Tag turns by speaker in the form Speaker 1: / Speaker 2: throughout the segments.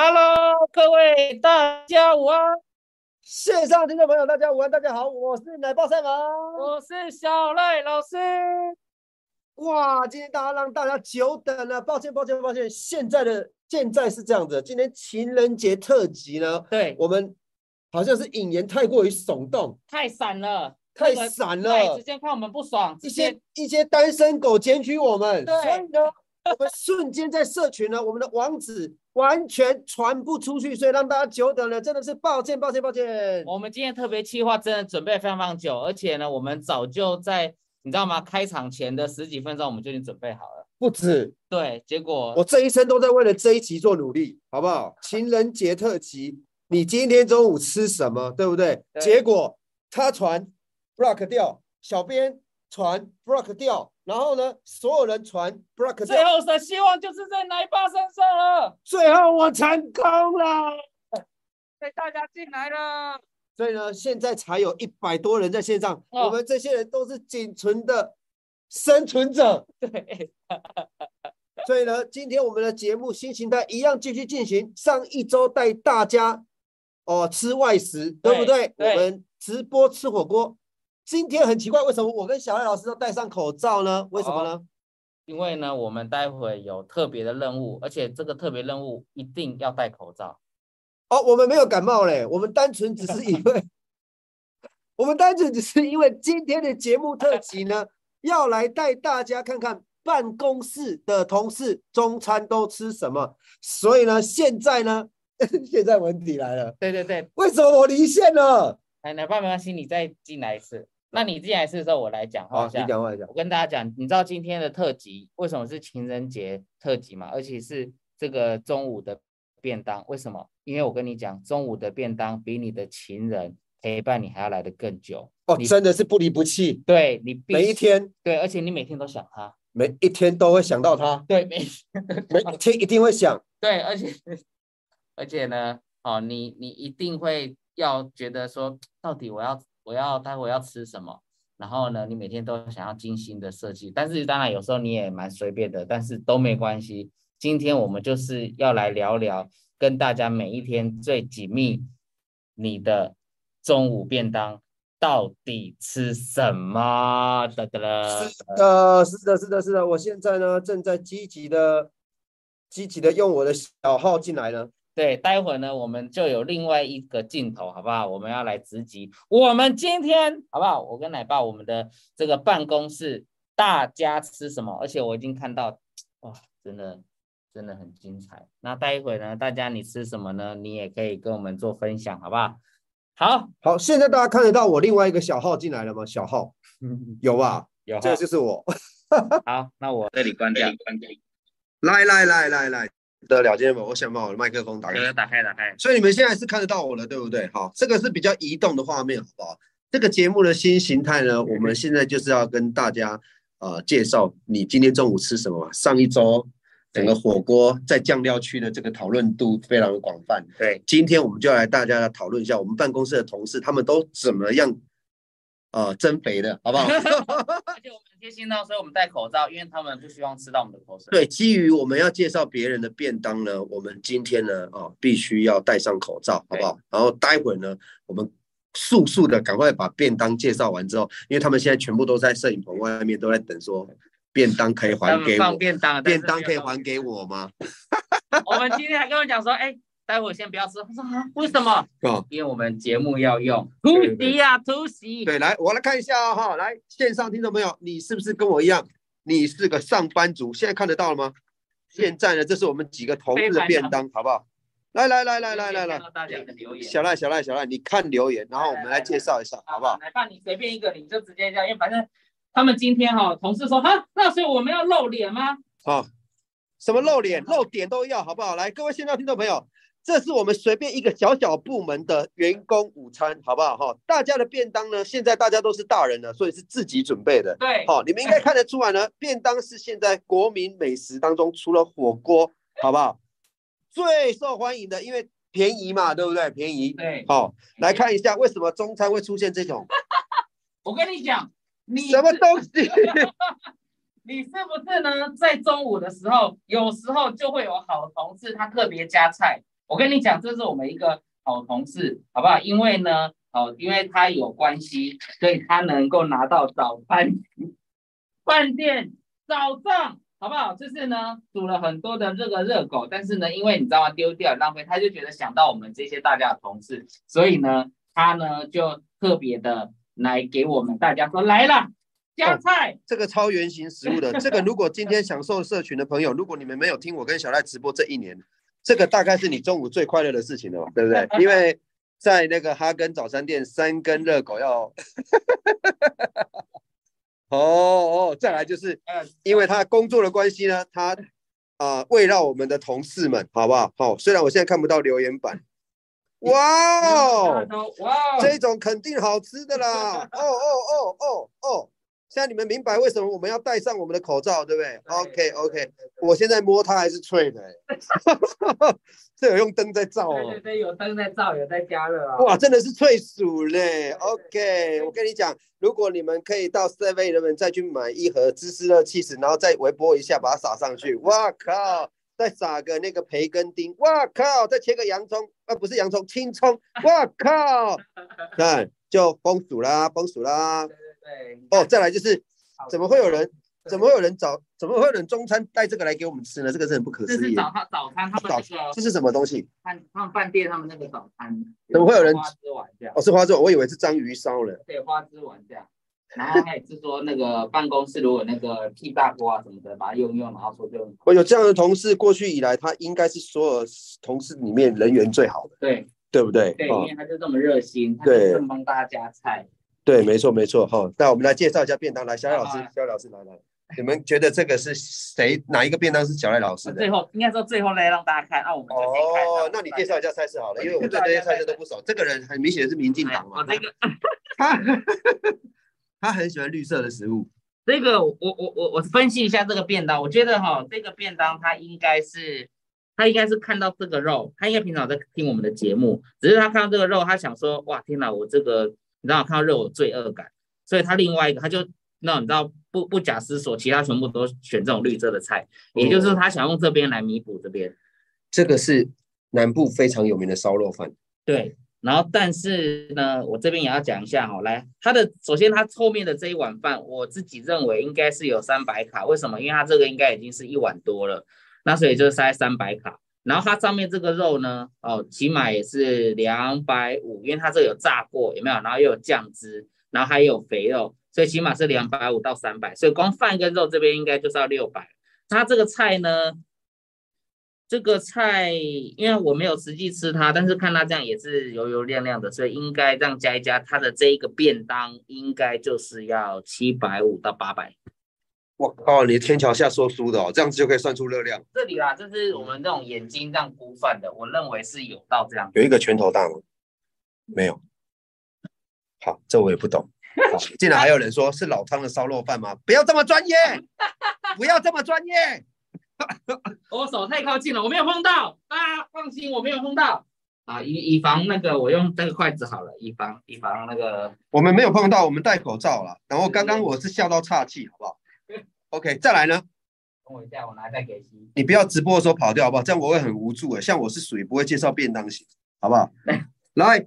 Speaker 1: Hello，各位大家午安，
Speaker 2: 线上听众朋友，大家午安，大家好，我是奶爸赛马。
Speaker 1: 我是小赖老师。
Speaker 2: 哇，今天大家让大家久等了，抱歉，抱歉，抱歉。现在的现在是这样子，今天情人节特辑呢，
Speaker 1: 对，
Speaker 2: 我们好像是引言太过于耸动，
Speaker 1: 太闪了，
Speaker 2: 太
Speaker 1: 那个
Speaker 2: 闪
Speaker 1: 赖
Speaker 2: 了
Speaker 1: 直，接看我们不爽，
Speaker 2: 一
Speaker 1: 直接
Speaker 2: 些一些单身狗检举我们，
Speaker 1: 对
Speaker 2: 所以呢，我们瞬间在社群呢，我们的网址完全传不出去，所以让大家久等了，真的是抱歉，抱歉，抱歉。
Speaker 1: 我们今天特别企划真的准备非常非常久，而且呢，我们早就在你知道吗？开场前的十几分钟我们就已经准备好了。
Speaker 2: 不止，
Speaker 1: 对，结
Speaker 2: 我
Speaker 1: 果
Speaker 2: 这一生都在为了这一集做努力，好不好？情人节特辑，你今天中午吃什么，对不对？
Speaker 1: 对
Speaker 2: 结果他传 block 掉，小编传 block 掉，然后呢，所有人传 block
Speaker 1: 最
Speaker 2: 掉，
Speaker 1: 后的希望就是在奶爸身上了。
Speaker 2: 最后我成功了。
Speaker 1: 对，大家进来了。
Speaker 2: 所以呢，现在才有一百多人在线上，
Speaker 1: 哦
Speaker 2: 我们这些人都是仅存的生存者。
Speaker 1: 对，
Speaker 2: 所以呢，今天我们的节目新形态一样继续进行。上一周带大家哦、吃外食，对不对？
Speaker 1: 对
Speaker 2: 我们直播吃火锅。今天很奇怪，为什么我跟小艾老师都戴上口罩呢？为什么呢？
Speaker 1: 因为呢，我们待会有特别的任务，而且这个特别任务一定要戴口罩。
Speaker 2: 哦，我们没有感冒嘞，我们单纯只是因 为，我们单纯只是因为今天的节目特辑呢， 要来带大家看看办公室的同事中餐都吃什么。所以呢，现在呢， 现在问题来了。
Speaker 1: 对对对，
Speaker 2: 为什么我离线了？
Speaker 1: 奶奶哎爸没关系，你再进来一次。那你进来一次的时候，我来讲话
Speaker 2: 好，
Speaker 1: 一
Speaker 2: 你
Speaker 1: 下。
Speaker 2: 讲话讲
Speaker 1: 我。跟大家讲，你知道今天的特辑为什么是情人节特辑吗？而且是这个中午的便当，为什么？因为我跟你讲，中午的便当比你的情人陪伴你还要来得更久。
Speaker 2: 哦，
Speaker 1: 你
Speaker 2: 真的是不离不弃，
Speaker 1: 对你必
Speaker 2: 每一
Speaker 1: 须
Speaker 2: 天
Speaker 1: 对，而且你每天都想他。
Speaker 2: 每一天都会想到他，
Speaker 1: 对，每
Speaker 2: 每一天一定会想。
Speaker 1: 对，而且而且呢，哦，你你一定会要觉得说，到底我要我要待会要吃什么？然后呢，你每天都想要精心的设计，但是当然有时候你也蛮随便的，但是都没关系。今天我们就是要来聊聊，跟大家每一天最紧密你的中午便当到底吃什么？哒哒哒，
Speaker 2: 是
Speaker 1: 啊
Speaker 2: 的，是的，是的，是的。我现在呢，正在积极的、积极的用我的小号进来呢。
Speaker 1: 对，待会儿呢，我们就有另外一个镜头，好不好？我们要来直击我们今天，好不好？我跟奶爸，我们的这个办公室大家吃什么？而且我已经看到，哇，真的真的很精彩。那待会儿呢，大家你吃什么呢？你也可以跟我们做分享，好不好？好，
Speaker 2: 好，现在大家看得到我另外一个小号进来了吗？小号有吧？
Speaker 1: 有
Speaker 2: 这
Speaker 1: 哈
Speaker 2: 个就是我。
Speaker 1: 好，那我这里关掉，
Speaker 2: 来来来来来，得了，今天我想把我的麦克风打开。
Speaker 1: 打开打开，
Speaker 2: 所以你们现在是看得到我了，对不对？好，这个是比较移动的画面，好不好？这个节目的新形态呢，我们现在就是要跟大家呃介绍你今天中午吃什么嘛。上一周整个火锅在酱料区的这个讨论度非常的广泛，
Speaker 1: 对，
Speaker 2: 今天我们就要来大家来讨论一下我们办公室的同事他们都怎么样呃增肥的，好不好？
Speaker 1: 而且我们很贴心到，所以我们戴口罩，因为他们不希望吃到我们的口水。
Speaker 2: 对，基于我们要介绍别人的便当呢，我们今天呢，哦，必须要戴上口罩，好不好？然后待会儿呢，我们速速的赶快把便当介绍完之后，因为他们现在全部都在摄影棚外面都在等说，便当可以
Speaker 1: 他
Speaker 2: 还
Speaker 1: 们
Speaker 2: 给
Speaker 1: 放
Speaker 2: 我，
Speaker 1: 便当了，但
Speaker 2: 便
Speaker 1: 是
Speaker 2: 当
Speaker 1: 没有
Speaker 2: 可以
Speaker 1: 放
Speaker 2: 还给我吗？
Speaker 1: 我们今天还跟我讲说，哎、待会儿先不要吃。我说啊，为什么？
Speaker 2: 哦，
Speaker 1: 因为我们节目要用突
Speaker 2: 对对
Speaker 1: 袭啊，突袭。
Speaker 2: 对，来，我来看一下啊哈、来线上听众朋友，你是不是跟我一样，你是个上班族？现在看得到了吗？现在呢，这是我们几个同事
Speaker 1: 非
Speaker 2: 的
Speaker 1: 凡
Speaker 2: 便
Speaker 1: 的
Speaker 2: 当，好不好？来来来来
Speaker 1: 今
Speaker 2: 来
Speaker 1: 天
Speaker 2: 来
Speaker 1: 看
Speaker 2: 来，
Speaker 1: 到大家的留言，
Speaker 2: 小赖小赖小赖，你看留言，然后我们来介绍一下，好不好？
Speaker 1: 哪怕你随便一个，你就直接这样，因为反正他们今天哈、同事说哈，那所以我们要露脸吗？
Speaker 2: 好，什么露脸、露点都要，好不好？来，各位线上听众朋友，这是我们随便一个小小部门的员工午餐，好不好？哈，大家的便当呢，现在大家都是大人了，所以是自己准备的。
Speaker 1: 对，
Speaker 2: 好，你们应该看得出来呢，便当是现在国民美食当中除了火锅，好不好？最受欢迎的，因为便宜嘛，对不对？便宜。
Speaker 1: 对，
Speaker 2: 好，来看一下为什么中餐会出现这种
Speaker 1: 我跟你讲，你
Speaker 2: 什么
Speaker 1: 是
Speaker 2: 东西？
Speaker 1: 你是不是呢？在中午的时候，有时候就会有好同事他特别加菜，我跟你讲，这是我们一个好同事，好不好？因为呢，哦，因为他有关系，所以他能够拿到早餐饭店早上，好不好？就是呢，煮了很多的这个热狗，但是呢，因为你知道吗，丢掉浪费，他就觉得想到我们这些大家的同事，所以呢，他呢就特别的来给我们大家说来啦，加菜。
Speaker 2: 这个超圆形食物的，这个如果今天享受社群的朋友，如果你们没有听我跟小赖直播这一年，这个大概是你中午最快乐的事情了吧，对不对？因为在那个哈根早餐店，三根热狗要，哦哦，再来就是
Speaker 1: 嗯，
Speaker 2: 因为他工作的关系呢，他啊、呃围绕我们的同事们，好不好？好、虽然我现在看不到留言板，哇
Speaker 1: 哇
Speaker 2: 哦，
Speaker 1: 哦，哇哦，
Speaker 2: 这种肯定好吃的 啦！哦哦哦哦哦，现在你们明白为什么我们要戴上我们的口罩，对不对？OK OK，我现在摸它还是脆的、欸， 这有用灯在照
Speaker 1: 对
Speaker 2: 哦
Speaker 1: 对。对，有灯在照，有在加热啊。
Speaker 2: 哇，真的是脆薯
Speaker 1: 对
Speaker 2: 嘞！OK，我跟你讲，如果你们可以到 Seven Eleven 再去买一盒芝士热气死，然后再微波一下，把它撒上去。哇靠！再撒个那个培根丁，哇靠！再切个洋葱，啊不是洋葱，青 葱，哇靠！看就封薯啦，封薯啦。
Speaker 1: 对对，
Speaker 2: 哦，再来就是怎么会有人，怎么会有人早，怎么会有人中餐带这个来给我们吃呢？这个是很不可
Speaker 1: 这
Speaker 2: 思
Speaker 1: 是
Speaker 2: 议的。
Speaker 1: 早餐早餐他们那个
Speaker 2: 这是什么东西？
Speaker 1: 饭他们饭店他们那个早餐，
Speaker 2: 怎么会有人
Speaker 1: 花枝丸这样？
Speaker 2: 哦，是花粥，我以为是章鱼烧了。
Speaker 1: 对，花枝丸这样。然后他也是说，那个办公室如果那个气炸锅啊什么的，把它用一用，然后说就
Speaker 2: 我哦有这样的同事，过去以来他应该是所有同事里面人缘最好的，
Speaker 1: 对
Speaker 2: 对不对？
Speaker 1: 对，因
Speaker 2: 哦
Speaker 1: 为他就这么热心，他就
Speaker 2: 对
Speaker 1: 这么帮大家加菜。
Speaker 2: 对，没错，没错。哈、那我们来介绍一下便当，来，小赖老师
Speaker 1: 好啊，
Speaker 2: 小赖老师来来，你们觉得这个是谁哪一个便当是小赖老师的
Speaker 1: 最？后应该说最后来让大家看，啊那我们就可以看到。
Speaker 2: 哦，那你介绍一下菜式好了，因为我对这些菜式都不熟。这个人很明显是民进
Speaker 1: 哎
Speaker 2: 党嘛
Speaker 1: 我，这个
Speaker 2: 他他很喜欢绿色的食物。
Speaker 1: 这个我我我我我分析一下这个便当，我觉得哈，这个便当它应该是，它应该是看到这个肉，它应该平常有在听我们的节目，只是他看到这个肉，他想说，哇，天哪，我这个，你知道，看到肉有罪恶感，所以他另外一个他就，那你知道不不假思索，其他全部都选这种绿色的菜，也就是他想用这边来弥补这边，
Speaker 2: 这个是南部非常有名的烧肉饭，
Speaker 1: 对，然后但是呢，我这边也要讲一下哈、来，它的首先它后面的这一碗饭，我自己认为应该是有三百卡，为什么？因为它这个应该已经是一碗多了，那所以就塞三百卡。然后它上面这个肉呢，哦，起码也是两百五，因为它这个有炸过，有没有？然后又有酱汁，然后还有肥肉，所以起码是两百五到三百，所以光饭跟肉这边应该就是要六百。它这个菜呢，这个菜，因为我没有实际吃它，但是看它这样也是油油亮亮的，所以应该这样加一加，它的这一个便当应该就是要七百五到八百。
Speaker 2: 我靠，哦你天桥下说书的哦，这样子就可以算出热量。
Speaker 1: 这里啦，这是我们这种眼睛这样估算的，我认为是有到这样。
Speaker 2: 有一个拳头大
Speaker 1: 嗯
Speaker 2: 吗？没有。好，这我也不懂。 好，竟然还有人说是老汤的烧肉饭吗？不要这么专业，不要这么专业。
Speaker 1: 我哦手太靠近了，我没有碰到，大家放心，我没有碰到。啊，以以防那个，我用这个筷子好了，以防以防那个。
Speaker 2: 我们没有碰到，我们戴口罩了。然后刚
Speaker 1: 嗯
Speaker 2: 刚我是笑到岔气，好不好？OK，再来呢？
Speaker 1: 等我一下，我拿再给你。
Speaker 2: 你不要直播的时候跑掉，好不好？这样我会很无助的。像我是属于不会介绍便当型，好不 好？来，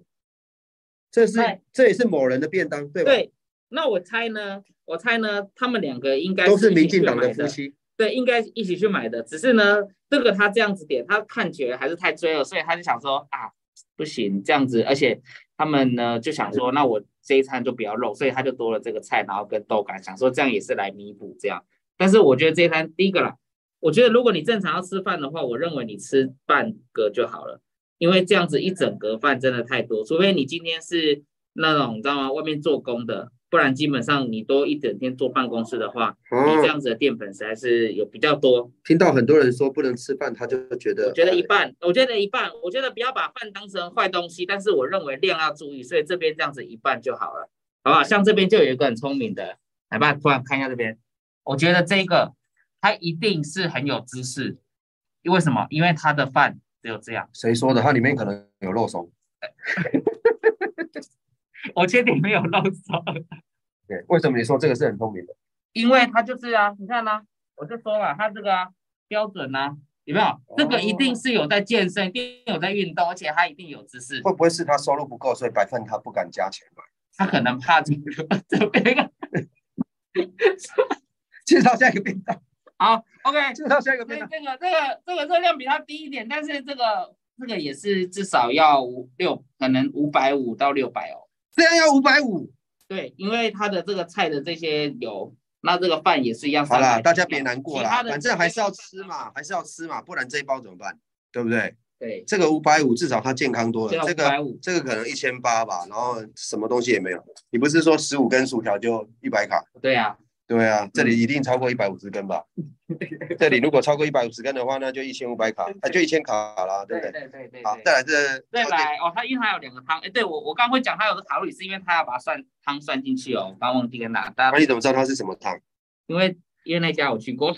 Speaker 2: 这是
Speaker 1: 来
Speaker 2: 这也是某人的便当，对吧？
Speaker 1: 对，那我猜呢？我猜呢，他们两个应该
Speaker 2: 都是
Speaker 1: 一起
Speaker 2: 民进
Speaker 1: 去
Speaker 2: 党的
Speaker 1: 买
Speaker 2: 夫妻。
Speaker 1: 对，应该一起去买的。只是呢，这个他这样子点，他看起来还是太追了，所以他就想说啊，不行这样子，而且他们呢就想说，那我这一餐就不要肉，所以他就多了这个菜，然后跟豆干，想说这样也是来弥补这样。但是我觉得这一餐，第一个啦，我觉得如果你正常要吃饭的话，我认为你吃半个就好了，因为这样子一整格饭真的太多，除非你今天是那种你知道吗，外面做工的，不然基本上你都一整天坐办公室的话，你这
Speaker 2: 哦，
Speaker 1: 样子的淀粉实在是有比较多，
Speaker 2: 听到很多人说不能吃饭，他就觉得
Speaker 1: 我觉得一
Speaker 2: 哎
Speaker 1: 半，我觉得一半，我觉得不要把饭当成坏东西，但是我认为量要注意，所以这边这样子一半就好了，好不好？像这边就有一个很聪明的，来吧，突然看一下这边，我觉得这个他一定是很有知识，因为什么？因为他的饭只有这样，
Speaker 2: 谁说的？它里面可能有肉松。
Speaker 1: 我确定没有漏手，
Speaker 2: 对，为什么你说这个是很聪明的？
Speaker 1: 因为他就是啊，你看呢、我就说了，他这个啊标准呢、啊，有没有？这个一定是有在健身，一定有在运动，而且他一定有知识。
Speaker 2: 会不会是他收入不够，所以百分他不敢加钱 买？
Speaker 1: 他可能怕这个这啊个。
Speaker 2: 介绍下一个便当，
Speaker 1: 好，OK，
Speaker 2: 介绍下一个
Speaker 1: 所以
Speaker 2: 便当。
Speaker 1: 这啊个这个这个热量比它低一点，但是这个这个也是至少要五六，可能五百五到六百哦。
Speaker 2: 这样要五百五。
Speaker 1: 对，因为它的这个菜的这些油，那这个饭也是一样。
Speaker 2: 好啦，
Speaker 1: 啦，
Speaker 2: 大家别难过
Speaker 1: 啊其他
Speaker 2: 啦，
Speaker 1: 的
Speaker 2: 反正还是要吃嘛，还是要吃嘛，不然这一包怎么办？对不对？
Speaker 1: 对，
Speaker 2: 这个五百五至少它健康多
Speaker 1: 这
Speaker 2: 了，
Speaker 1: 样
Speaker 2: 这
Speaker 1: 五
Speaker 2: 个
Speaker 1: 百五，
Speaker 2: 这个可能一千八吧，然后什么东西也没有。你不是说十五根薯条就一百卡？
Speaker 1: 对啊，
Speaker 2: 对啊，这
Speaker 1: 嗯
Speaker 2: 里一定超过一百五十根吧？ 这里如果超过一百五十根的话，那就一千五百卡，那就一千卡啦，对
Speaker 1: 对
Speaker 2: 不对？
Speaker 1: 对对对
Speaker 2: 好，
Speaker 1: 对。
Speaker 2: 再来这
Speaker 1: 再来哦，它因为它有两个汤，哎，对我我刚刚会讲它有个卡路里，是因为它要把算汤算进去哦，我刚忘记跟大家
Speaker 2: 那，你怎么知道它是什么汤？
Speaker 1: 因为因为那家我去过，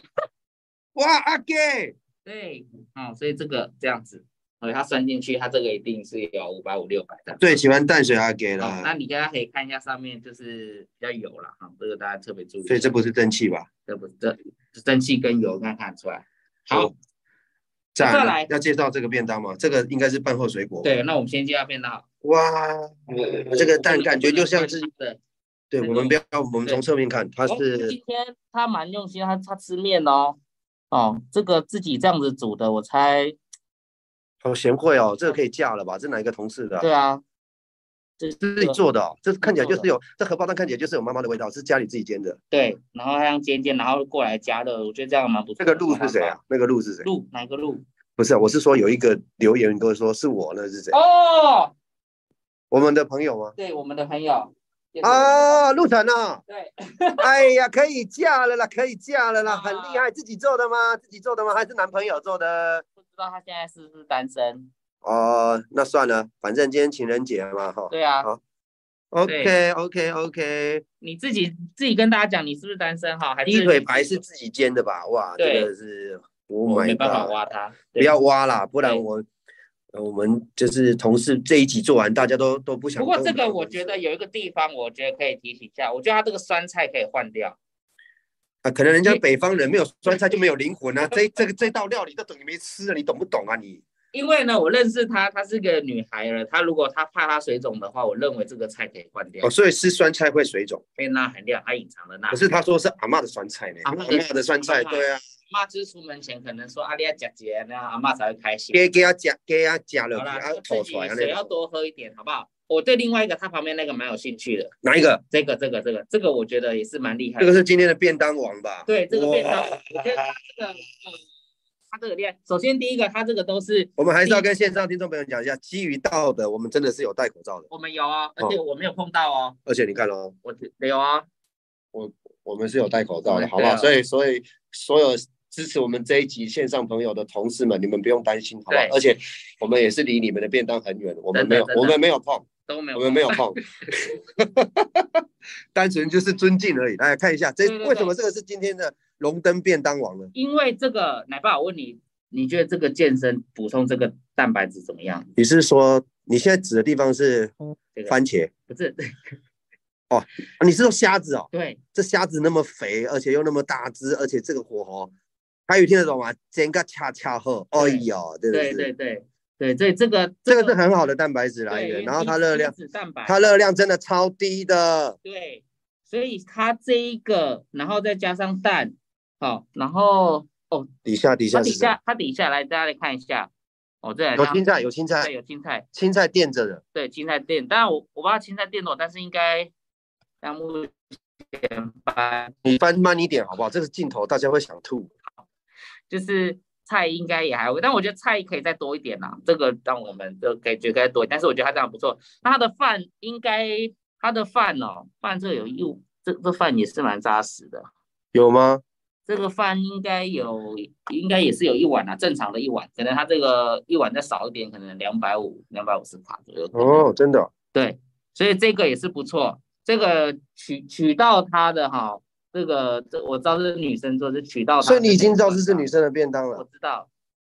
Speaker 2: 哇，阿给，
Speaker 1: 对，哦，所以这个这样子，所以它算进去，它这个一定是有五百五六百的。
Speaker 2: 最喜欢淡水阿给
Speaker 1: 哦，
Speaker 2: 啦，
Speaker 1: 那你大家可以看一下上面就是比较油了哈，这个大家特别注意。
Speaker 2: 所以这不是蒸汽吧？
Speaker 1: 这不这蒸汽跟油应该看得出来。好，，再
Speaker 2: 再
Speaker 1: 来
Speaker 2: 要介绍这个便当吗？这个应该是饭后水果。，
Speaker 1: 对，那我们先介绍便当。
Speaker 2: 哇，我这个蛋感觉就像是，
Speaker 1: 对，
Speaker 2: 对
Speaker 1: 那
Speaker 2: 我
Speaker 1: 个
Speaker 2: 们不要，我们从侧面看，它
Speaker 1: 哦
Speaker 2: 是
Speaker 1: 今天他蛮用心，他他吃面哦，哦，这个自己这样子煮的，我猜
Speaker 2: 好贤惠哦，这个可以嫁了吧？这哪一个同事的啊？
Speaker 1: 对啊，这
Speaker 2: 是自己做的哦，这看起来
Speaker 1: 做
Speaker 2: 就是有这荷包蛋看起来就是有妈妈的味道，是家里自己煎的。
Speaker 1: 对，然后他这样煎煎，然后过来加热，我觉得这样蛮不错
Speaker 2: 那
Speaker 1: 的。
Speaker 2: 个鹿是谁啊？那个鹿是谁？
Speaker 1: 鹿哪个鹿？
Speaker 2: 不是啊，我是说有一个留言跟我说是我，那是谁？
Speaker 1: 哦，
Speaker 2: 我们的朋友吗？
Speaker 1: 对，我们的朋友。
Speaker 2: 啊，陆晨 啊，
Speaker 1: 对。
Speaker 2: 哎呀，可以嫁了啦，可以嫁了啦，
Speaker 1: 啊
Speaker 2: 很厉害，自己做的吗？自己做的吗？还是男朋友做的？
Speaker 1: 不知道他现在是不是单身？
Speaker 2: 哦，那算了，反正今天情人节嘛，哈。
Speaker 1: 对啊
Speaker 2: 好，OK OK OK，
Speaker 1: 你自己自己跟大家讲，你是不是单身哈？还是
Speaker 2: 鸡腿排是自己煎的吧？哇，
Speaker 1: 对
Speaker 2: 这个是，Oh
Speaker 1: 我
Speaker 2: my
Speaker 1: 没办法
Speaker 2: god，
Speaker 1: 挖他，
Speaker 2: 不
Speaker 1: 对
Speaker 2: 要。挖啦，不然
Speaker 1: 对
Speaker 2: 我呃我们就是同事这一集做完，大家都都不想
Speaker 1: 不
Speaker 2: 跟我
Speaker 1: 过
Speaker 2: 们
Speaker 1: 这
Speaker 2: 讲同事。
Speaker 1: 个我觉得有一个地方，我觉得可以提醒一下，我觉得他这个酸菜可以换掉。
Speaker 2: 啊，可能人家
Speaker 1: 因为
Speaker 2: 北方人没有酸菜就没有灵魂啊，这这个这道料理都等于没吃了，你懂不懂啊你？
Speaker 1: 因为呢，我认识她，她是个女孩了。她如果她怕她水肿的话，我认为这个菜可以换掉
Speaker 2: 哦，，所以吃酸菜会水肿，
Speaker 1: 因为钠含量她隐藏的钠
Speaker 2: 可。是他说是阿嬷的酸菜呢，阿
Speaker 1: 啊阿嬷的
Speaker 2: 嬷的酸菜，
Speaker 1: 阿嬷
Speaker 2: 对啊，
Speaker 1: 妈就是出门前可能说阿丽要姐姐，那样啊阿妈才会开心。
Speaker 2: 给给他夹给他夹了，
Speaker 1: 好
Speaker 2: 给
Speaker 1: 啦，
Speaker 2: 他
Speaker 1: 就
Speaker 2: 吐
Speaker 1: 自己
Speaker 2: 出来啊
Speaker 1: 水
Speaker 2: 那
Speaker 1: 要
Speaker 2: 种。
Speaker 1: 多喝一点，好不好？我对另外一个她旁边那个蛮有兴趣的，
Speaker 2: 哪一个？
Speaker 1: 这个这个这个这个我觉得也是蛮厉害
Speaker 2: 这
Speaker 1: 的
Speaker 2: 个。是今天的便当王吧？
Speaker 1: 对这个便当，
Speaker 2: 哇
Speaker 1: 我觉得它这个，呃它这个量，首先第一个，它这个都是
Speaker 2: 我们还是要跟线上听众朋友讲一下，基于道德，我们真的是有戴口罩的，
Speaker 1: 我们有哦，而且我没有碰到哦，
Speaker 2: 而且你看哦，
Speaker 1: 我有哦，
Speaker 2: 我们是有戴口罩的，
Speaker 1: 嗯
Speaker 2: 好不好？
Speaker 1: 对啊
Speaker 2: 所以，所以所有支持我们这一集线上朋友的同事们，你们不用担心，好不好
Speaker 1: 对？
Speaker 2: 而且我们也是离你们的便当很远，我们
Speaker 1: 真
Speaker 2: 没
Speaker 1: 的
Speaker 2: 有，
Speaker 1: 真的
Speaker 2: 我们没有碰，
Speaker 1: 都没有，
Speaker 2: 我们没有，碰， 单纯就是尊敬而已。大家看一下，这
Speaker 1: 对对对
Speaker 2: 为什么这个是今天的龙灯便当王呢？
Speaker 1: 因为这个奶爸，我问你，你觉得这个健身补充这个蛋白质怎么样？
Speaker 2: 你是说你现在指的地方是
Speaker 1: 这个
Speaker 2: 番茄？
Speaker 1: 不是
Speaker 2: 啊你是说虾子哦？
Speaker 1: 对，
Speaker 2: 这虾子那么肥，而且又那么大只，而且这个火候，还有听得懂吗？煎个恰恰喝，哎
Speaker 1: 对
Speaker 2: 呦，真的
Speaker 1: 对
Speaker 2: 是。
Speaker 1: 对对对对，这个
Speaker 2: 这个是很好的蛋白质来源，然后它热量，
Speaker 1: 是蛋白，
Speaker 2: 它热量真的超低的。
Speaker 1: 对，所以它这一个，然后再加上蛋，好、然后哦，
Speaker 2: 底下底
Speaker 1: 它
Speaker 2: 下
Speaker 1: 哦底
Speaker 2: 是什么？
Speaker 1: 下它底下来大家来看一下，哦，这
Speaker 2: 有青菜，有青
Speaker 1: 对
Speaker 2: 菜，
Speaker 1: 有青菜。
Speaker 2: 青菜垫着的。
Speaker 1: 对青菜店，当然我我不知道青菜店多少，但是应该像目前吧，
Speaker 2: 你翻慢一点好不好？这个镜头大家会想吐。
Speaker 1: 就是菜应该也还会，但我觉得菜可以再多一点啦，这个让我们的感觉该多一点，但是我觉得它这样不错。那它的饭应该它的饭哦，饭这个有又这这饭也是蛮扎实的，
Speaker 2: 有吗？
Speaker 1: 这个饭应该有应该也是有一碗啊，正常的一碗，可能它这个一碗再少一点，可能两百五两百五十卡左右。
Speaker 2: 哦，真的哦。
Speaker 1: 对，所以这个也是不错。这个娶娶到她的哈，这个这我知道是女生做，是娶到她。
Speaker 2: 所以你已经知道这是女，生的便当
Speaker 1: 我
Speaker 2: 了。
Speaker 1: 知道，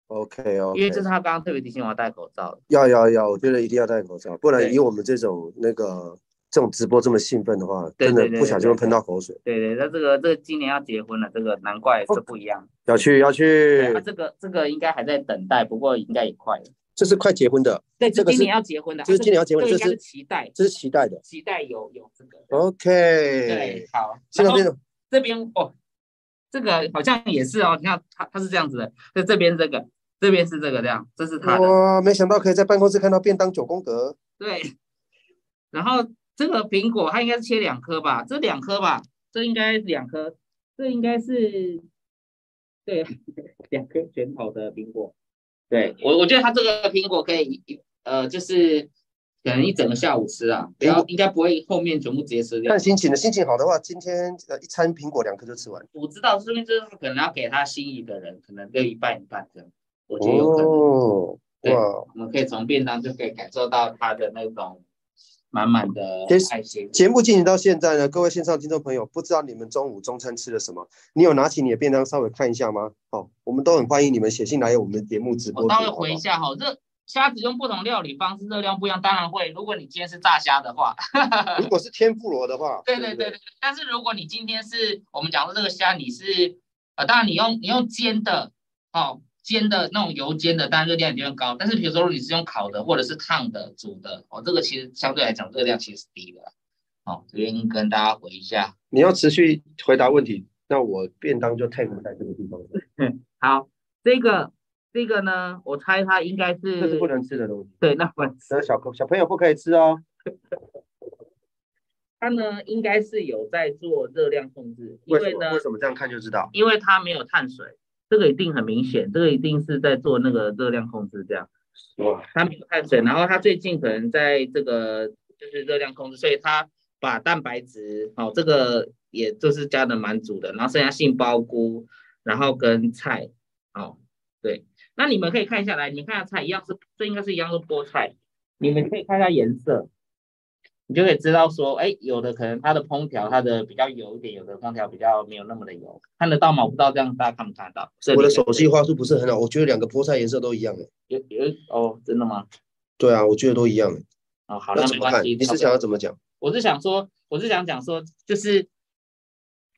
Speaker 2: OK
Speaker 1: 因为这
Speaker 2: OK，
Speaker 1: 是她刚刚特别提醒我要戴口罩的。
Speaker 2: 要要要，我觉得一定要戴口罩，不然
Speaker 1: 对
Speaker 2: 以我们这种那个这种直播这么兴奋的话，
Speaker 1: 对
Speaker 2: 真的
Speaker 1: 对对
Speaker 2: 不小心
Speaker 1: 对
Speaker 2: 会
Speaker 1: 对
Speaker 2: 喷到口水。
Speaker 1: 对对，那这个这个今年要结婚了，这个难怪这不一样。
Speaker 2: 要去要
Speaker 1: 对，啊、
Speaker 2: 去，
Speaker 1: 这个这个应该还在等待，不过应该也快了。
Speaker 2: 这是快结婚的，
Speaker 1: 对，
Speaker 2: 这个
Speaker 1: 今
Speaker 2: 是
Speaker 1: 年要结婚的，
Speaker 2: 这是今年要结
Speaker 1: 这
Speaker 2: 婚
Speaker 1: 个
Speaker 2: 的，
Speaker 1: 应
Speaker 2: 这
Speaker 1: 该是
Speaker 2: 是
Speaker 1: 期待，
Speaker 2: 这是期待的。
Speaker 1: 期待有有这个。对
Speaker 2: OK，，
Speaker 1: 好，
Speaker 2: 现
Speaker 1: 然
Speaker 2: 在
Speaker 1: 后
Speaker 2: 变成
Speaker 1: 这边哦，这个好像也是哦，你看它它是这样子的，在这边这个，这边是这个这样，这是它的，
Speaker 2: 哇，没想到可以在办公室看到便当九宫格，
Speaker 1: 对。然后这个苹果它应该是切两颗吧，这两颗吧，这应该两颗，这应该是对 两颗全头的苹果。
Speaker 2: 嗯
Speaker 1: 对我我觉得它这个苹果可以一呃就是可能一整个下午吃啊，不
Speaker 2: 苹
Speaker 1: 要
Speaker 2: 果
Speaker 1: 应该不会后面全部直接吃掉
Speaker 2: 看。心情的，心情好的话，今天呃一餐苹果两颗就吃完。
Speaker 1: 我知道这边就是可能要给他心仪的人，可能就一半一半这样，我觉得有可能。
Speaker 2: 哦，
Speaker 1: 对
Speaker 2: 哇，
Speaker 1: 我们可以从便当就可以感受到他的那种满满的
Speaker 2: 其实
Speaker 1: 爱心。
Speaker 2: 节目进行到现在呢，各位线上听众朋友，不知道你们中午中餐吃了什么？你有拿起你的便当稍微看一下吗？哦，我们都很欢迎你们写信来我们的节目直播
Speaker 1: 我
Speaker 2: 间。
Speaker 1: 稍微
Speaker 2: 好不好
Speaker 1: 回一下哈，这虾子用不同料理方式热量不一样，当然会。如果你今天是炸虾的话，
Speaker 2: 如果是天妇罗的话，
Speaker 1: 对对
Speaker 2: 对不
Speaker 1: 对对。对但是如果你今天是我们讲说这个虾，你是呃，当然你用你用煎的哦，煎的那种油煎的，当然热量也就会高。但是比如说如果你是用烤的或者是烫的、煮的，哦，这个其实相对来讲热量其实是低的啦。哦，这边跟大家回一下。
Speaker 2: 你要持续回答问题，那我便当就 tag 在这个地方，
Speaker 1: 好，这个这个呢，我猜它应该是
Speaker 2: 这是不能吃的东西，
Speaker 1: 对，那我
Speaker 2: 那小小朋友不可以吃哦。
Speaker 1: 它呢应该是有在做热量控制，因
Speaker 2: 为什
Speaker 1: 为呢
Speaker 2: 么？为什么这样看就知道？
Speaker 1: 因为它没有碳水，这个一定很明显，这个一定是在做那个热量控制，这样
Speaker 2: 哇，
Speaker 1: 它没有碳水，然后它最近可能在这个就是热量控制，所以它把蛋白质哦这个也就是加的蛮足的，然后剩下杏鲍菇，然后跟菜，哦对，那你们可以看下来，你们看下菜一样是这应该是一样是菠菜，你们可以看一下颜色。你就可以知道说，哎，有的可能它的烹调它的比较油一点，有的烹调比较没有那么的油，看得到吗？我不知道这样大家看不看得到。这里
Speaker 2: 我的
Speaker 1: 可以
Speaker 2: 手机画术不是很好，我觉得两个菠菜颜色都一样诶。欸
Speaker 1: 有有哦，真的吗？
Speaker 2: 对啊，我觉得都一样诶。
Speaker 1: 哦，好，
Speaker 2: 那
Speaker 1: 那
Speaker 2: 怎
Speaker 1: 没
Speaker 2: 么
Speaker 1: 关
Speaker 2: 看？
Speaker 1: 系。
Speaker 2: 你
Speaker 1: 差
Speaker 2: 是
Speaker 1: 不
Speaker 2: 想
Speaker 1: 多
Speaker 2: 要怎么讲？
Speaker 1: 我是想说，我是想讲说，就是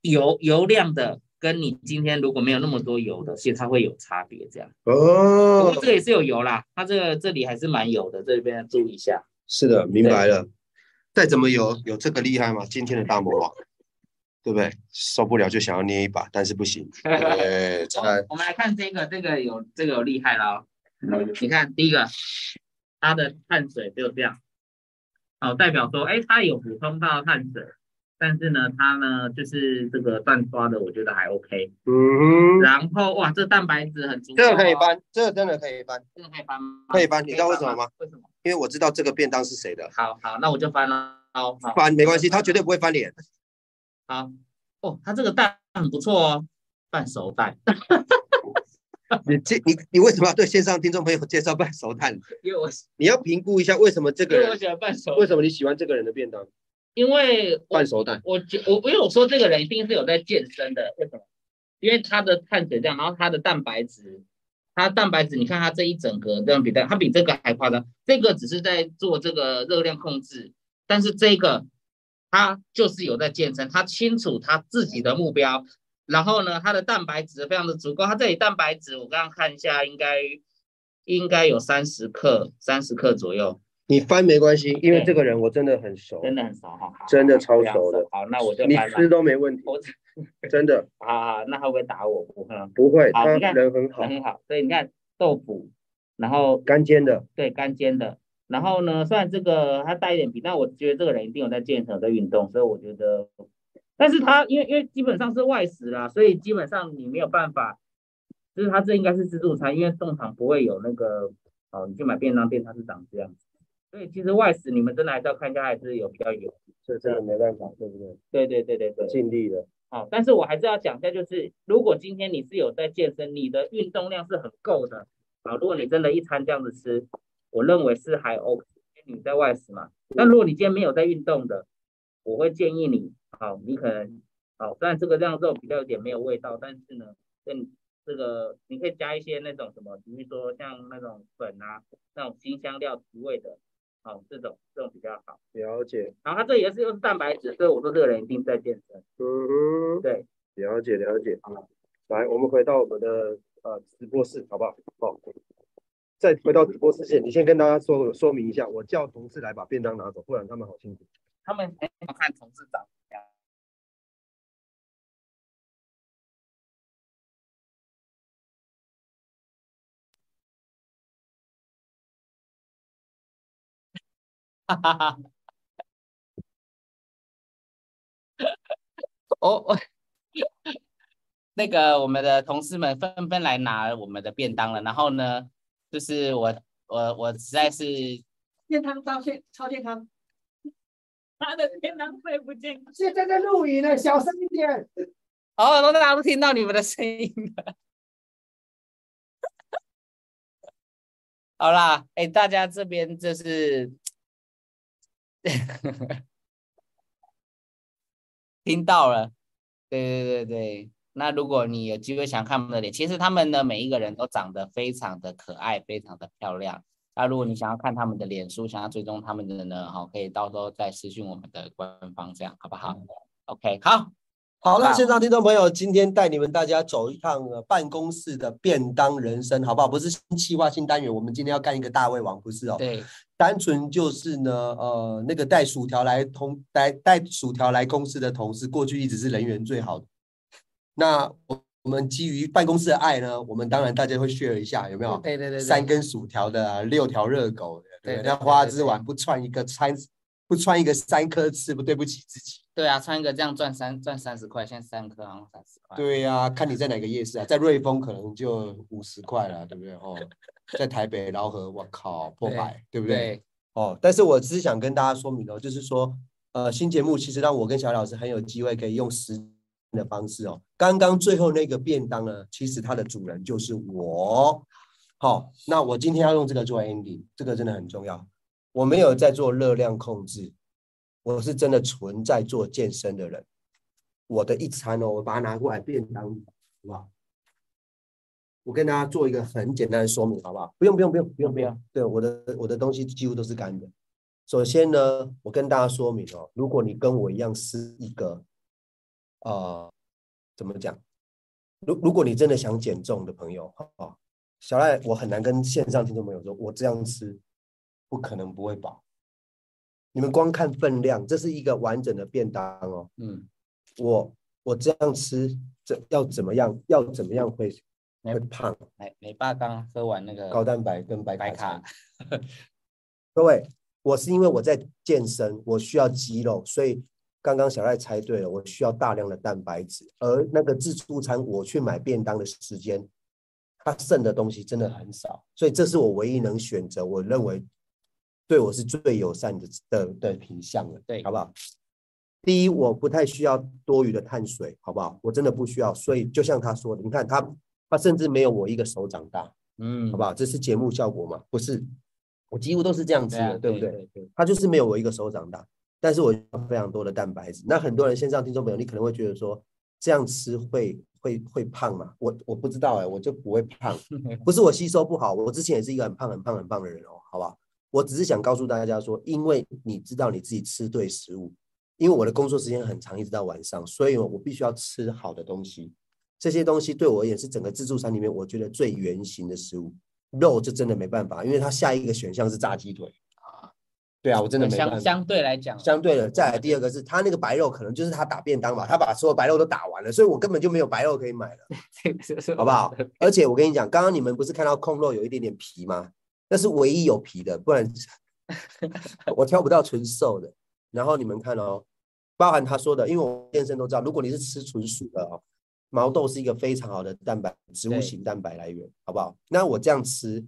Speaker 1: 油油量的跟你今天如果没有那么多油的，其实它会有差别。这样，不
Speaker 2: 哦
Speaker 1: 过，这也是有油啦，它这个这里还是蛮油的，这边要注意一下。
Speaker 2: 是的，明白了。再怎么有有这个厉害吗？今天的大魔王，对不对？受不了就想要捏一把，但是 不行。哎，
Speaker 1: 我
Speaker 2: 菜
Speaker 1: 我们来看这个，这个有这个有厉害了哦。你看第一个，它的碳水就这样，哦，代表说，哎，它有补充到碳水，但是呢，它呢就是这个蛋刷的，我觉得还 OK。
Speaker 2: 嗯哼，
Speaker 1: 然后哇，这蛋白质很足、哦，
Speaker 2: 这个可以，搬，这个真的可以搬，
Speaker 1: 这个可以翻吗？
Speaker 2: 可以翻你知道为什么吗？
Speaker 1: 为什么？
Speaker 2: 因为我知道这个便当是谁的。
Speaker 1: 好好，那我就翻了。好好
Speaker 2: 翻没关系，他绝对不会翻脸。
Speaker 1: 好，哦，它这个蛋很不错哦，半熟蛋，
Speaker 2: 你这你你为什么要对线上听众朋友介绍半熟蛋？
Speaker 1: 因为我
Speaker 2: 你要评估一下为什么这
Speaker 1: 因
Speaker 2: 个
Speaker 1: 为我
Speaker 2: 人，
Speaker 1: 喜欢半熟，
Speaker 2: 为什么你喜欢这个人的便当
Speaker 1: 因为我
Speaker 2: 半熟蛋？
Speaker 1: 我觉我因为我说这个人一定是有在健身的，为什么？因为他的碳水量，然后他的蛋白质，他蛋白质，你看他这一整个这样比蛋，他比这个还夸张。这个只是在做这个热量控制，但是这个他就是有在健身，他清楚他自己的目标，然后呢，他的蛋白质非常的足够。他这里蛋白质我刚刚看一下，应该应该有三十克，三十克左右，
Speaker 2: 你翻没关系，因为
Speaker 1: 对
Speaker 2: 这个人我真的很熟，
Speaker 1: 真的很少哈，好
Speaker 2: 真的超
Speaker 1: 非常
Speaker 2: 熟的
Speaker 1: 少好，那我就
Speaker 2: 你
Speaker 1: 翻了
Speaker 2: 吃都没问题，
Speaker 1: 我
Speaker 2: 真的
Speaker 1: 啊，那他会不会打我？不会，
Speaker 2: 不会。
Speaker 1: 好
Speaker 2: 他
Speaker 1: 你看
Speaker 2: 人很好，
Speaker 1: 很好。所以你看豆腐，然后
Speaker 2: 干煎的，
Speaker 1: 对干煎的，然后呢，虽然这个他带一点皮，但我觉得这个人一定有在健身、有在运动，所以我觉得，但是他因为因为基本上是外食啦，所以基本上你没有办法，就是他这应该是自助餐，因为通常不会有那个哦，你去买便当店它是长这样子。所以其实外食你们真的还是要看一下，还是有比较有。
Speaker 2: 这真的没办法，对不对？
Speaker 1: 对对对对对。
Speaker 2: 尽力了，
Speaker 1: 好、哦但是我还是要讲一下，就是如果今天你是有在健身，你的运动量是很够的，啊，如果你真的一餐这样子吃，我认为是还 OK，因为你在外食嘛。那如果你今天没有在运动的，我会建议你，好、你可能，好、虽然这个量肉比较有点没有味道，但是呢，跟这个你可以加一些那种什么，比如说像那种粉啊，那种新香料提味的，
Speaker 3: 哦，这种这种比较好。
Speaker 4: 了解，
Speaker 3: 然后它这也是又是蛋白质，所以我说这个人一定在健身。
Speaker 4: 嗯哼，
Speaker 3: 对，
Speaker 4: 了解了解。来，我们回到我们的呃直播室，好不好？好，再回到直播室前，你先跟大家说说明一下，我叫同事来把便当拿走，不然他们好辛苦。
Speaker 3: 他们
Speaker 1: 哎
Speaker 3: 很喜欢看同事长怎样。
Speaker 1: 哈哈哈。 哦，我那个我们的同事们纷纷来拿我们的便当了，然后呢，就是我我我实在是
Speaker 3: 健康超健超健康，他的健康最不健康。
Speaker 2: 现在在录影呢，小声一点。
Speaker 1: 哦，都大家都听到你们的声音了。好啦，哎、大家这边就是 听到了，对对对对。那如果你有机会想看他们的脸，其实他们呢每一个人都长得非常的可爱，非常的漂亮。那如果你想要看他们的脸书，想要追踪他们的呢，好，可以到时候再私讯我们的官方，这样好不好？OK，好。
Speaker 2: 好，那
Speaker 1: 好
Speaker 2: 现场听众朋友，今天带你们大家走一趟呃办公室的便当人生，好不好？不是新计划、新单元，我们今天要干一个大胃王，不是哦？
Speaker 1: 对，
Speaker 2: 单纯就是呢，呃，那个带薯条来同带带薯条来公司的同事，过去一直是人缘最好的。那我我们基于办公室的爱呢，我们当然大家会 share 一下，有没有？
Speaker 1: 哦对对对对，
Speaker 2: 三根薯条的啊、六条热狗的，对不
Speaker 1: 对
Speaker 2: 对
Speaker 1: 对
Speaker 2: 那
Speaker 1: 对
Speaker 2: 花
Speaker 1: 对
Speaker 2: 枝
Speaker 1: 对
Speaker 2: 丸不串一个三，不串一个三颗吃，不对不起自己。
Speaker 1: 对啊，穿一个这样赚三赚三十块，现在三颗好像三十块。
Speaker 2: 对呀、看你在哪个夜市啊，在瑞丰可能就五十块了，对不对？哦，在台北饶河，我靠，破
Speaker 1: 对
Speaker 2: 百，对不对？
Speaker 1: 对
Speaker 2: 哦，但是我只是想跟大家说明哦，就是说，呃，新节目其实让我跟小老师很有机会可以用实践的方式哦。刚刚最后那个便当呢，其实它的主人就是我。好、那我今天要用这个做 ending，这个真的很重要。我没有在做热量控制，我是真的存在做健身的人。我的一餐哦，我把它拿过来便当，好不好？我跟大家做一个很简单的说明，好不好？不用不用不用不用不用。对，我的我的东西几乎都是干的。首先呢，我跟大家说明哦，如果你跟我一样是一个，呃，怎么讲？如如果你真的想减重的朋友，哦，小赖，我很难跟线上听众朋友说，我这样吃不可能不会饱。你们光看分量，这是一个完整的便当哦。
Speaker 1: 嗯，
Speaker 2: 我我这样吃，这要怎么样？要怎么样会
Speaker 1: 没
Speaker 2: 会胖？
Speaker 1: 美美爸刚喝完那个
Speaker 2: 高蛋白跟白
Speaker 1: 白
Speaker 2: 卡
Speaker 1: 卡
Speaker 2: 餐。 各位，我是因为我在健身，我需要肌肉，所以刚刚小赖猜对了，我需要大量的蛋白质。而那个自助餐，我去买便当的时间，它剩的东西真的很少，所以这是我唯一能选择，我认为对我是最友善的的的品相了，
Speaker 1: 对
Speaker 2: 好不好？第一，我不太需要多余的碳水，好不好？我真的不需要，所以就像他说的，你看他，他甚至没有我一个手掌大，
Speaker 1: 嗯，
Speaker 2: 好不好？这是节目效果嘛？不是，我几乎都是这样吃
Speaker 1: 对啊
Speaker 2: 的，对不
Speaker 1: 对
Speaker 2: 对？
Speaker 1: 对
Speaker 2: 它就是没有我一个手掌大，但是我有非常多的蛋白质。那很多人线上听众朋友，你可能会觉得说，这样吃会会会胖吗？我我不知道哎、我就不会胖，不是我吸收不好，我之前也是一个很胖很胖很胖的人哦，好不好？我只是想告诉大家说，因为你知道你自己吃对食物，因为我的工作时间很长，一直到晚上，所以我必须要吃好的东西。这些东西对我而言是整个自助餐里面我觉得最原型的食物。肉就真的没办法，因为它下一个选项是炸鸡腿。对啊，我真的没办法。
Speaker 1: 相相对来讲，
Speaker 2: 相对的，再 来第二个是他那个白肉，可能就是他打便当嘛，他把所有白肉都打完了，所以我根本就没有白肉可以买了，好不好？ 而且我跟你讲，刚刚你们不是看到控肉有一点点皮吗？那是唯一有皮的，不然我挑不到纯瘦的。然后你们看哦，包含他说的，因为我健身都知道，如果你是吃纯素的哦，毛豆是一个非常好的蛋白植物
Speaker 1: 对
Speaker 2: 型蛋白来源，好不好？那我这样吃，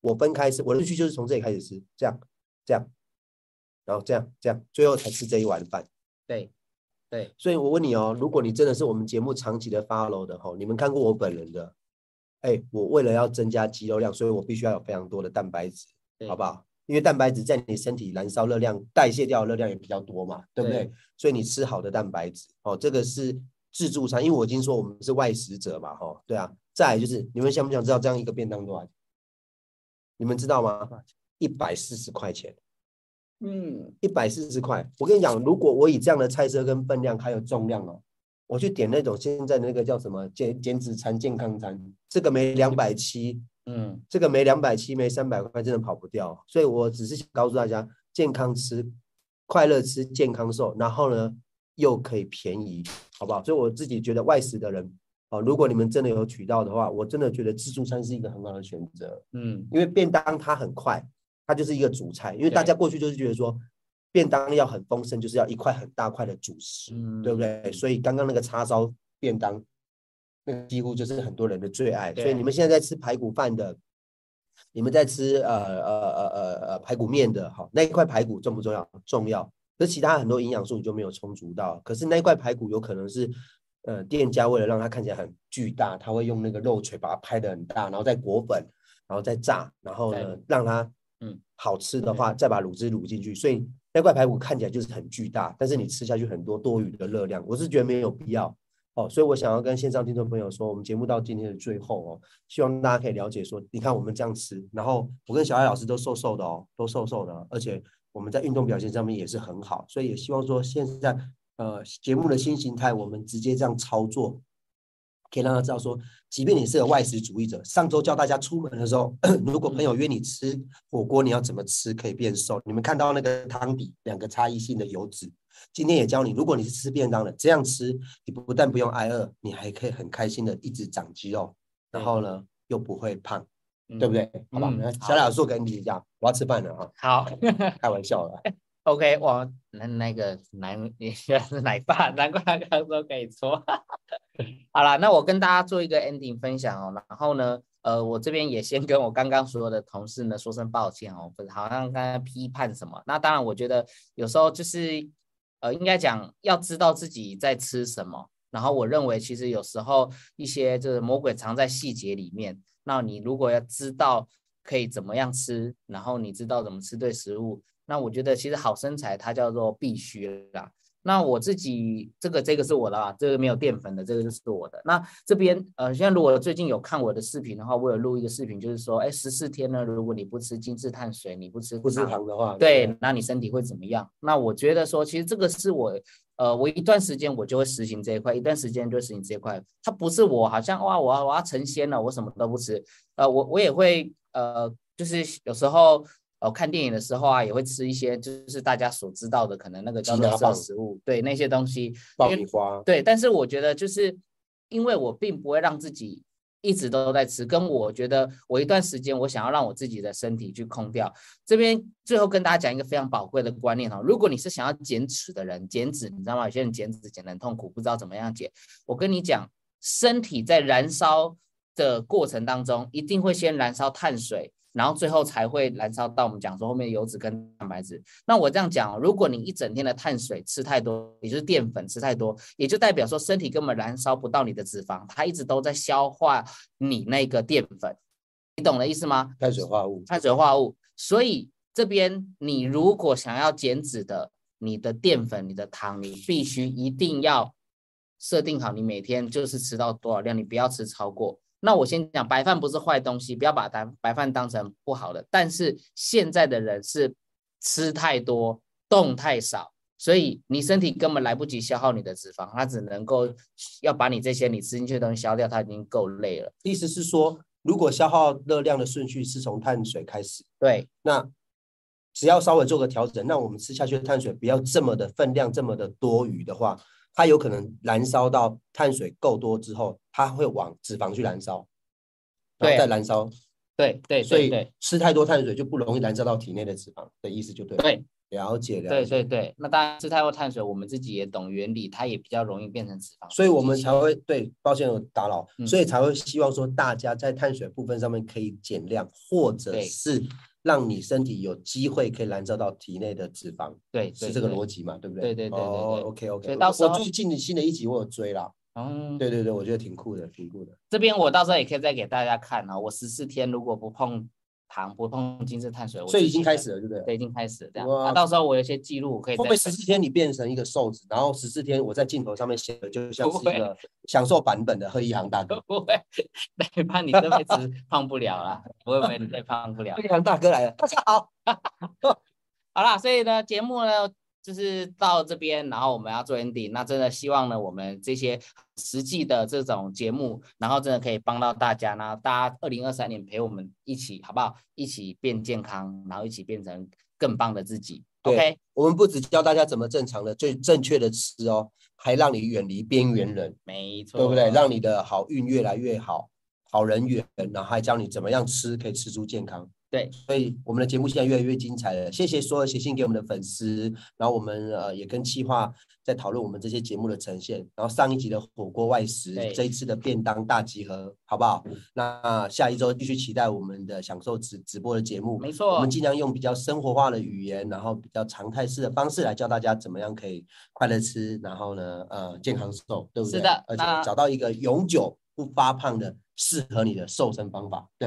Speaker 2: 我分开吃，我的顺序就是从这里开始吃，这样这样，然后这样这样，最后才吃这一碗饭。
Speaker 1: 对对，
Speaker 2: 所以我问你哦，如果你真的是我们节目长期的 follow 的吼，你们看过我本人的，哎，我为了要增加肌肉量，所以我必须要有非常多的蛋白质，
Speaker 1: 对
Speaker 2: 好不好？因为蛋白质在你身体燃烧热量、代谢掉的热量也比较多嘛，对不对？
Speaker 1: 对
Speaker 2: 所以你吃好的蛋白质哦，这个是自助餐，因为我已经说我们是外食者嘛，吼、对啊。再来就是你们想不想知道这样一个便当多少钱？你们知道吗？一百四十块钱，
Speaker 1: 嗯，
Speaker 2: 一百四十块。我跟你讲，如果我以这样的菜色跟分量还有重量哦，我去点那种现在的那个叫什么减减脂餐、健康餐，这个没两百七，
Speaker 1: 嗯，
Speaker 2: 这个没两百七，没三百块，真的跑不掉。哦所以我只是想告诉大家，健康吃，快乐吃，健康瘦，然后呢又可以便宜，好不好？所以我自己觉得外食的人。哦，如果你们真的有渠道的话，我真的觉得自助餐是一个很好的选择。
Speaker 1: 嗯，
Speaker 2: 因为便当它很快，它就是一个主菜。因为大
Speaker 1: 对
Speaker 2: 家过去就是觉得说，便当要很丰盛，就是要一块很大块的主食，
Speaker 1: 嗯
Speaker 2: 对不对？所以刚刚那个叉烧便当，那个几乎就是很多人的最爱。所以
Speaker 1: 对
Speaker 2: 你们现在在吃排骨饭的，你们在吃呃呃呃呃呃排骨面的，好，那一块排骨重不重要？重要。可是其他很多营养素你就没有充足到，可是那一块排骨有可能是，呃，店家为了让它看起来很巨大，他会用那个肉锤把它拍得很大，然后再裹粉，然后再炸，然后
Speaker 1: 再
Speaker 2: 呢
Speaker 1: 卤
Speaker 2: 让它
Speaker 1: 嗯
Speaker 2: 好吃的话，再把卤汁卤进去，所以那块排骨看起来就是很巨大，但是你吃下去很多多余的热量，我是觉得没有必要。哦，所以我想要跟线上听众朋友说，我们节目到今天的最后哦，希望大家可以了解说，你看我们这样吃，然后我跟小艾老师都瘦瘦的哦，都瘦瘦的哦，而且我们在运动表现上面也是很好，所以也希望说现在呃节目的新形态，我们直接这样操作，可以让他知道说，即便你是个外食主义者，上周教大家出门的时候， 如果朋友约你吃火锅，你要怎么吃可以变瘦？你们看到那个汤底两个差异性的油脂，今天也教你，如果你是吃便当的，这样吃，你不但不用挨饿，你还可以很开心的一直长肌肉，然后呢又不会胖，
Speaker 1: 嗯
Speaker 2: 对不？对？好吧，
Speaker 1: 嗯
Speaker 2: 那小
Speaker 1: 好
Speaker 2: 老师我跟你讲，我要吃饭了啊，
Speaker 1: 好
Speaker 2: 开玩笑了。
Speaker 1: ，OK，哇，那那个 奶，你原来是奶爸，难怪他刚说可以搓。好啦，那我跟大家做一个 ending 分享哦。然后呢，呃，我这边也先跟我刚刚所有的同事呢说声抱歉哦，不是好像刚才批判什么。那当然，我觉得有时候就是，呃，应该讲要知道自己在吃什么。然后我认为，其实有时候一些就是魔鬼藏在细节里面。那你如果要知道可以怎么样吃，然后你知道怎么吃对食物，那我觉得其实好身材它叫做必须啦。那我自己这个这个是我的啊，这个没有淀粉的，这个就是我的。那这边呃，现在如果最近有看我的视频的话，我有录一个视频，就是说，哎，十四天呢，如果你不吃精致碳水，你不吃
Speaker 2: 不吃
Speaker 1: 糖
Speaker 2: 糖的话，
Speaker 1: 对，那你身体会怎么样？那我觉得说，其实这个是我，呃，我一段时间我就会实行这一块，一段时间就会实行这一块。它不是我好像哇，我要我要成仙了，我什么都不吃。呃，我我也会呃，就是有时候呃看电影的时候啊，也会吃一些就是大家所知道的可能那个叫
Speaker 2: 鸡
Speaker 1: 垃
Speaker 2: 鸭
Speaker 1: 圾
Speaker 2: 棒
Speaker 1: 食物，对那些东西。
Speaker 2: 爆米花，
Speaker 1: 对，但是我觉得就是因为我并不会让自己一直都在吃，跟我觉得我一段时间我想要让我自己的身体去空掉。这边最后跟大家讲一个非常宝贵的观念哦，如果你是想要减脂的人，减脂你知道吗？有些人减脂减得很痛苦，不知道怎么样减。我跟你讲，身体在燃烧的过程当中，一定会先燃烧碳水。然后最后才会燃烧到我们讲说后面油脂跟蛋白质，那我这样讲哦，如果你一整天的碳水吃太多，也就是淀粉吃太多，也就代表说身体根本燃烧不到你的脂肪，它一直都在消化你那个淀粉，你懂的意思吗？
Speaker 2: 碳水化合物，
Speaker 1: 碳水化合物。所以这边你如果想要减脂的，你的淀粉、你的糖，你必须一定要设定好，你每天就是吃到多少量，你不要吃超过。那我先讲，白饭不是坏东西，不要把它白饭当成不好的。但是现在的人是吃太多，动太少，所以你身体根本来不及消耗你的脂肪，它只能够要把你这些你吃进去的东西消掉，它已经够累了。
Speaker 2: 意思是说，如果消耗热量的顺序是从碳水开始，
Speaker 1: 对，
Speaker 2: 那只要稍微做个调整，让我们吃下去的碳水不要这么的分量这么的多余的话，它有可能燃烧到碳水够多之后，它会往脂肪去燃烧，然
Speaker 1: 对
Speaker 2: 后再燃烧，
Speaker 1: 对，对，
Speaker 2: 所
Speaker 1: 对，
Speaker 2: 以
Speaker 1: 对，
Speaker 2: 吃太多碳水就不容易燃烧到体内的脂肪的意思就对了。啊
Speaker 1: 对。
Speaker 2: 了解了
Speaker 1: 对
Speaker 2: 解，
Speaker 1: 对对，那当然吃太多碳水，我们自己也懂原理，它也比较容易变成脂肪堆积。
Speaker 2: 所以我们才会对，抱歉我打扰，
Speaker 1: 嗯
Speaker 2: 所以才会希望说大家在碳水部分上面可以减量，或者
Speaker 1: 对
Speaker 2: 是让你身体有机会可以燃烧到体内的脂肪。
Speaker 1: 对
Speaker 2: 是这个逻
Speaker 1: 辑。
Speaker 2: 辑嘛，对不对？
Speaker 1: 对对对对
Speaker 2: 哦
Speaker 1: 对
Speaker 2: ，OK OK。
Speaker 1: 所以到时
Speaker 2: 我
Speaker 1: 候
Speaker 2: 最近的新的一集我有追啦，
Speaker 1: 嗯，
Speaker 2: 对对对，我觉得挺酷的，挺酷的。
Speaker 1: 这边我到时候也可以再给大家看啊。我十四天如果不碰糖，不碰精致碳水，我
Speaker 2: 所以
Speaker 1: 自
Speaker 2: 已经
Speaker 1: 己
Speaker 2: 开
Speaker 1: 的，
Speaker 2: 始了，对不对？
Speaker 1: 对，已经开始了这样。
Speaker 2: 哇
Speaker 1: 那到时候我有一些记录，我可以
Speaker 2: 会
Speaker 1: 再
Speaker 2: 不会十四天你变成一个瘦子，然后十四天我在镜头上面写的就像是
Speaker 1: 不
Speaker 2: 一
Speaker 1: 会
Speaker 2: 个享受版本的贺一航大哥？
Speaker 1: 不会，对，怕你这辈 子胖不了啦，不会不会，你再胖不了
Speaker 2: 贺。一航大哥来了，大家好。
Speaker 1: 好啦，所以呢，节目呢就是到这边，然后我们要做 ending。那真的希望呢，我们这些实际的这种节目，然后真的可以帮到大家，然后大家二零二三年陪我们一起，好不好？一起变健康，然后一起变成更棒的自己。
Speaker 2: 对
Speaker 1: OK，
Speaker 2: 我们不只教大家怎么正常的、最正确的吃哦，还让你远离边缘人，
Speaker 1: 没错，
Speaker 2: 对不对？让你的好运越来越好，好人缘，然后还教你怎么样吃可以吃出健康。
Speaker 1: 对，
Speaker 2: 所以我们的节目现在越来越精彩了。谢谢所有写信给我们的粉丝，然后我们呃也跟企划在讨论我们这些节目的呈现，然后上一集的火锅外食
Speaker 1: 对，嗯
Speaker 2: 这一次的便当大集合，好不好？那下一周继续期待我们的享受直直播的节目。
Speaker 1: 没
Speaker 2: 我
Speaker 1: 错
Speaker 2: 们，尽量用比较生活化的语言，然后比较常态式的方式来教大家怎么样可以快乐吃，然后呢，呃，健康瘦，对不
Speaker 1: 是
Speaker 2: 对？
Speaker 1: 的
Speaker 2: 而且
Speaker 1: 那
Speaker 2: 找到一个永久不发胖的适合你的瘦身方法，对吧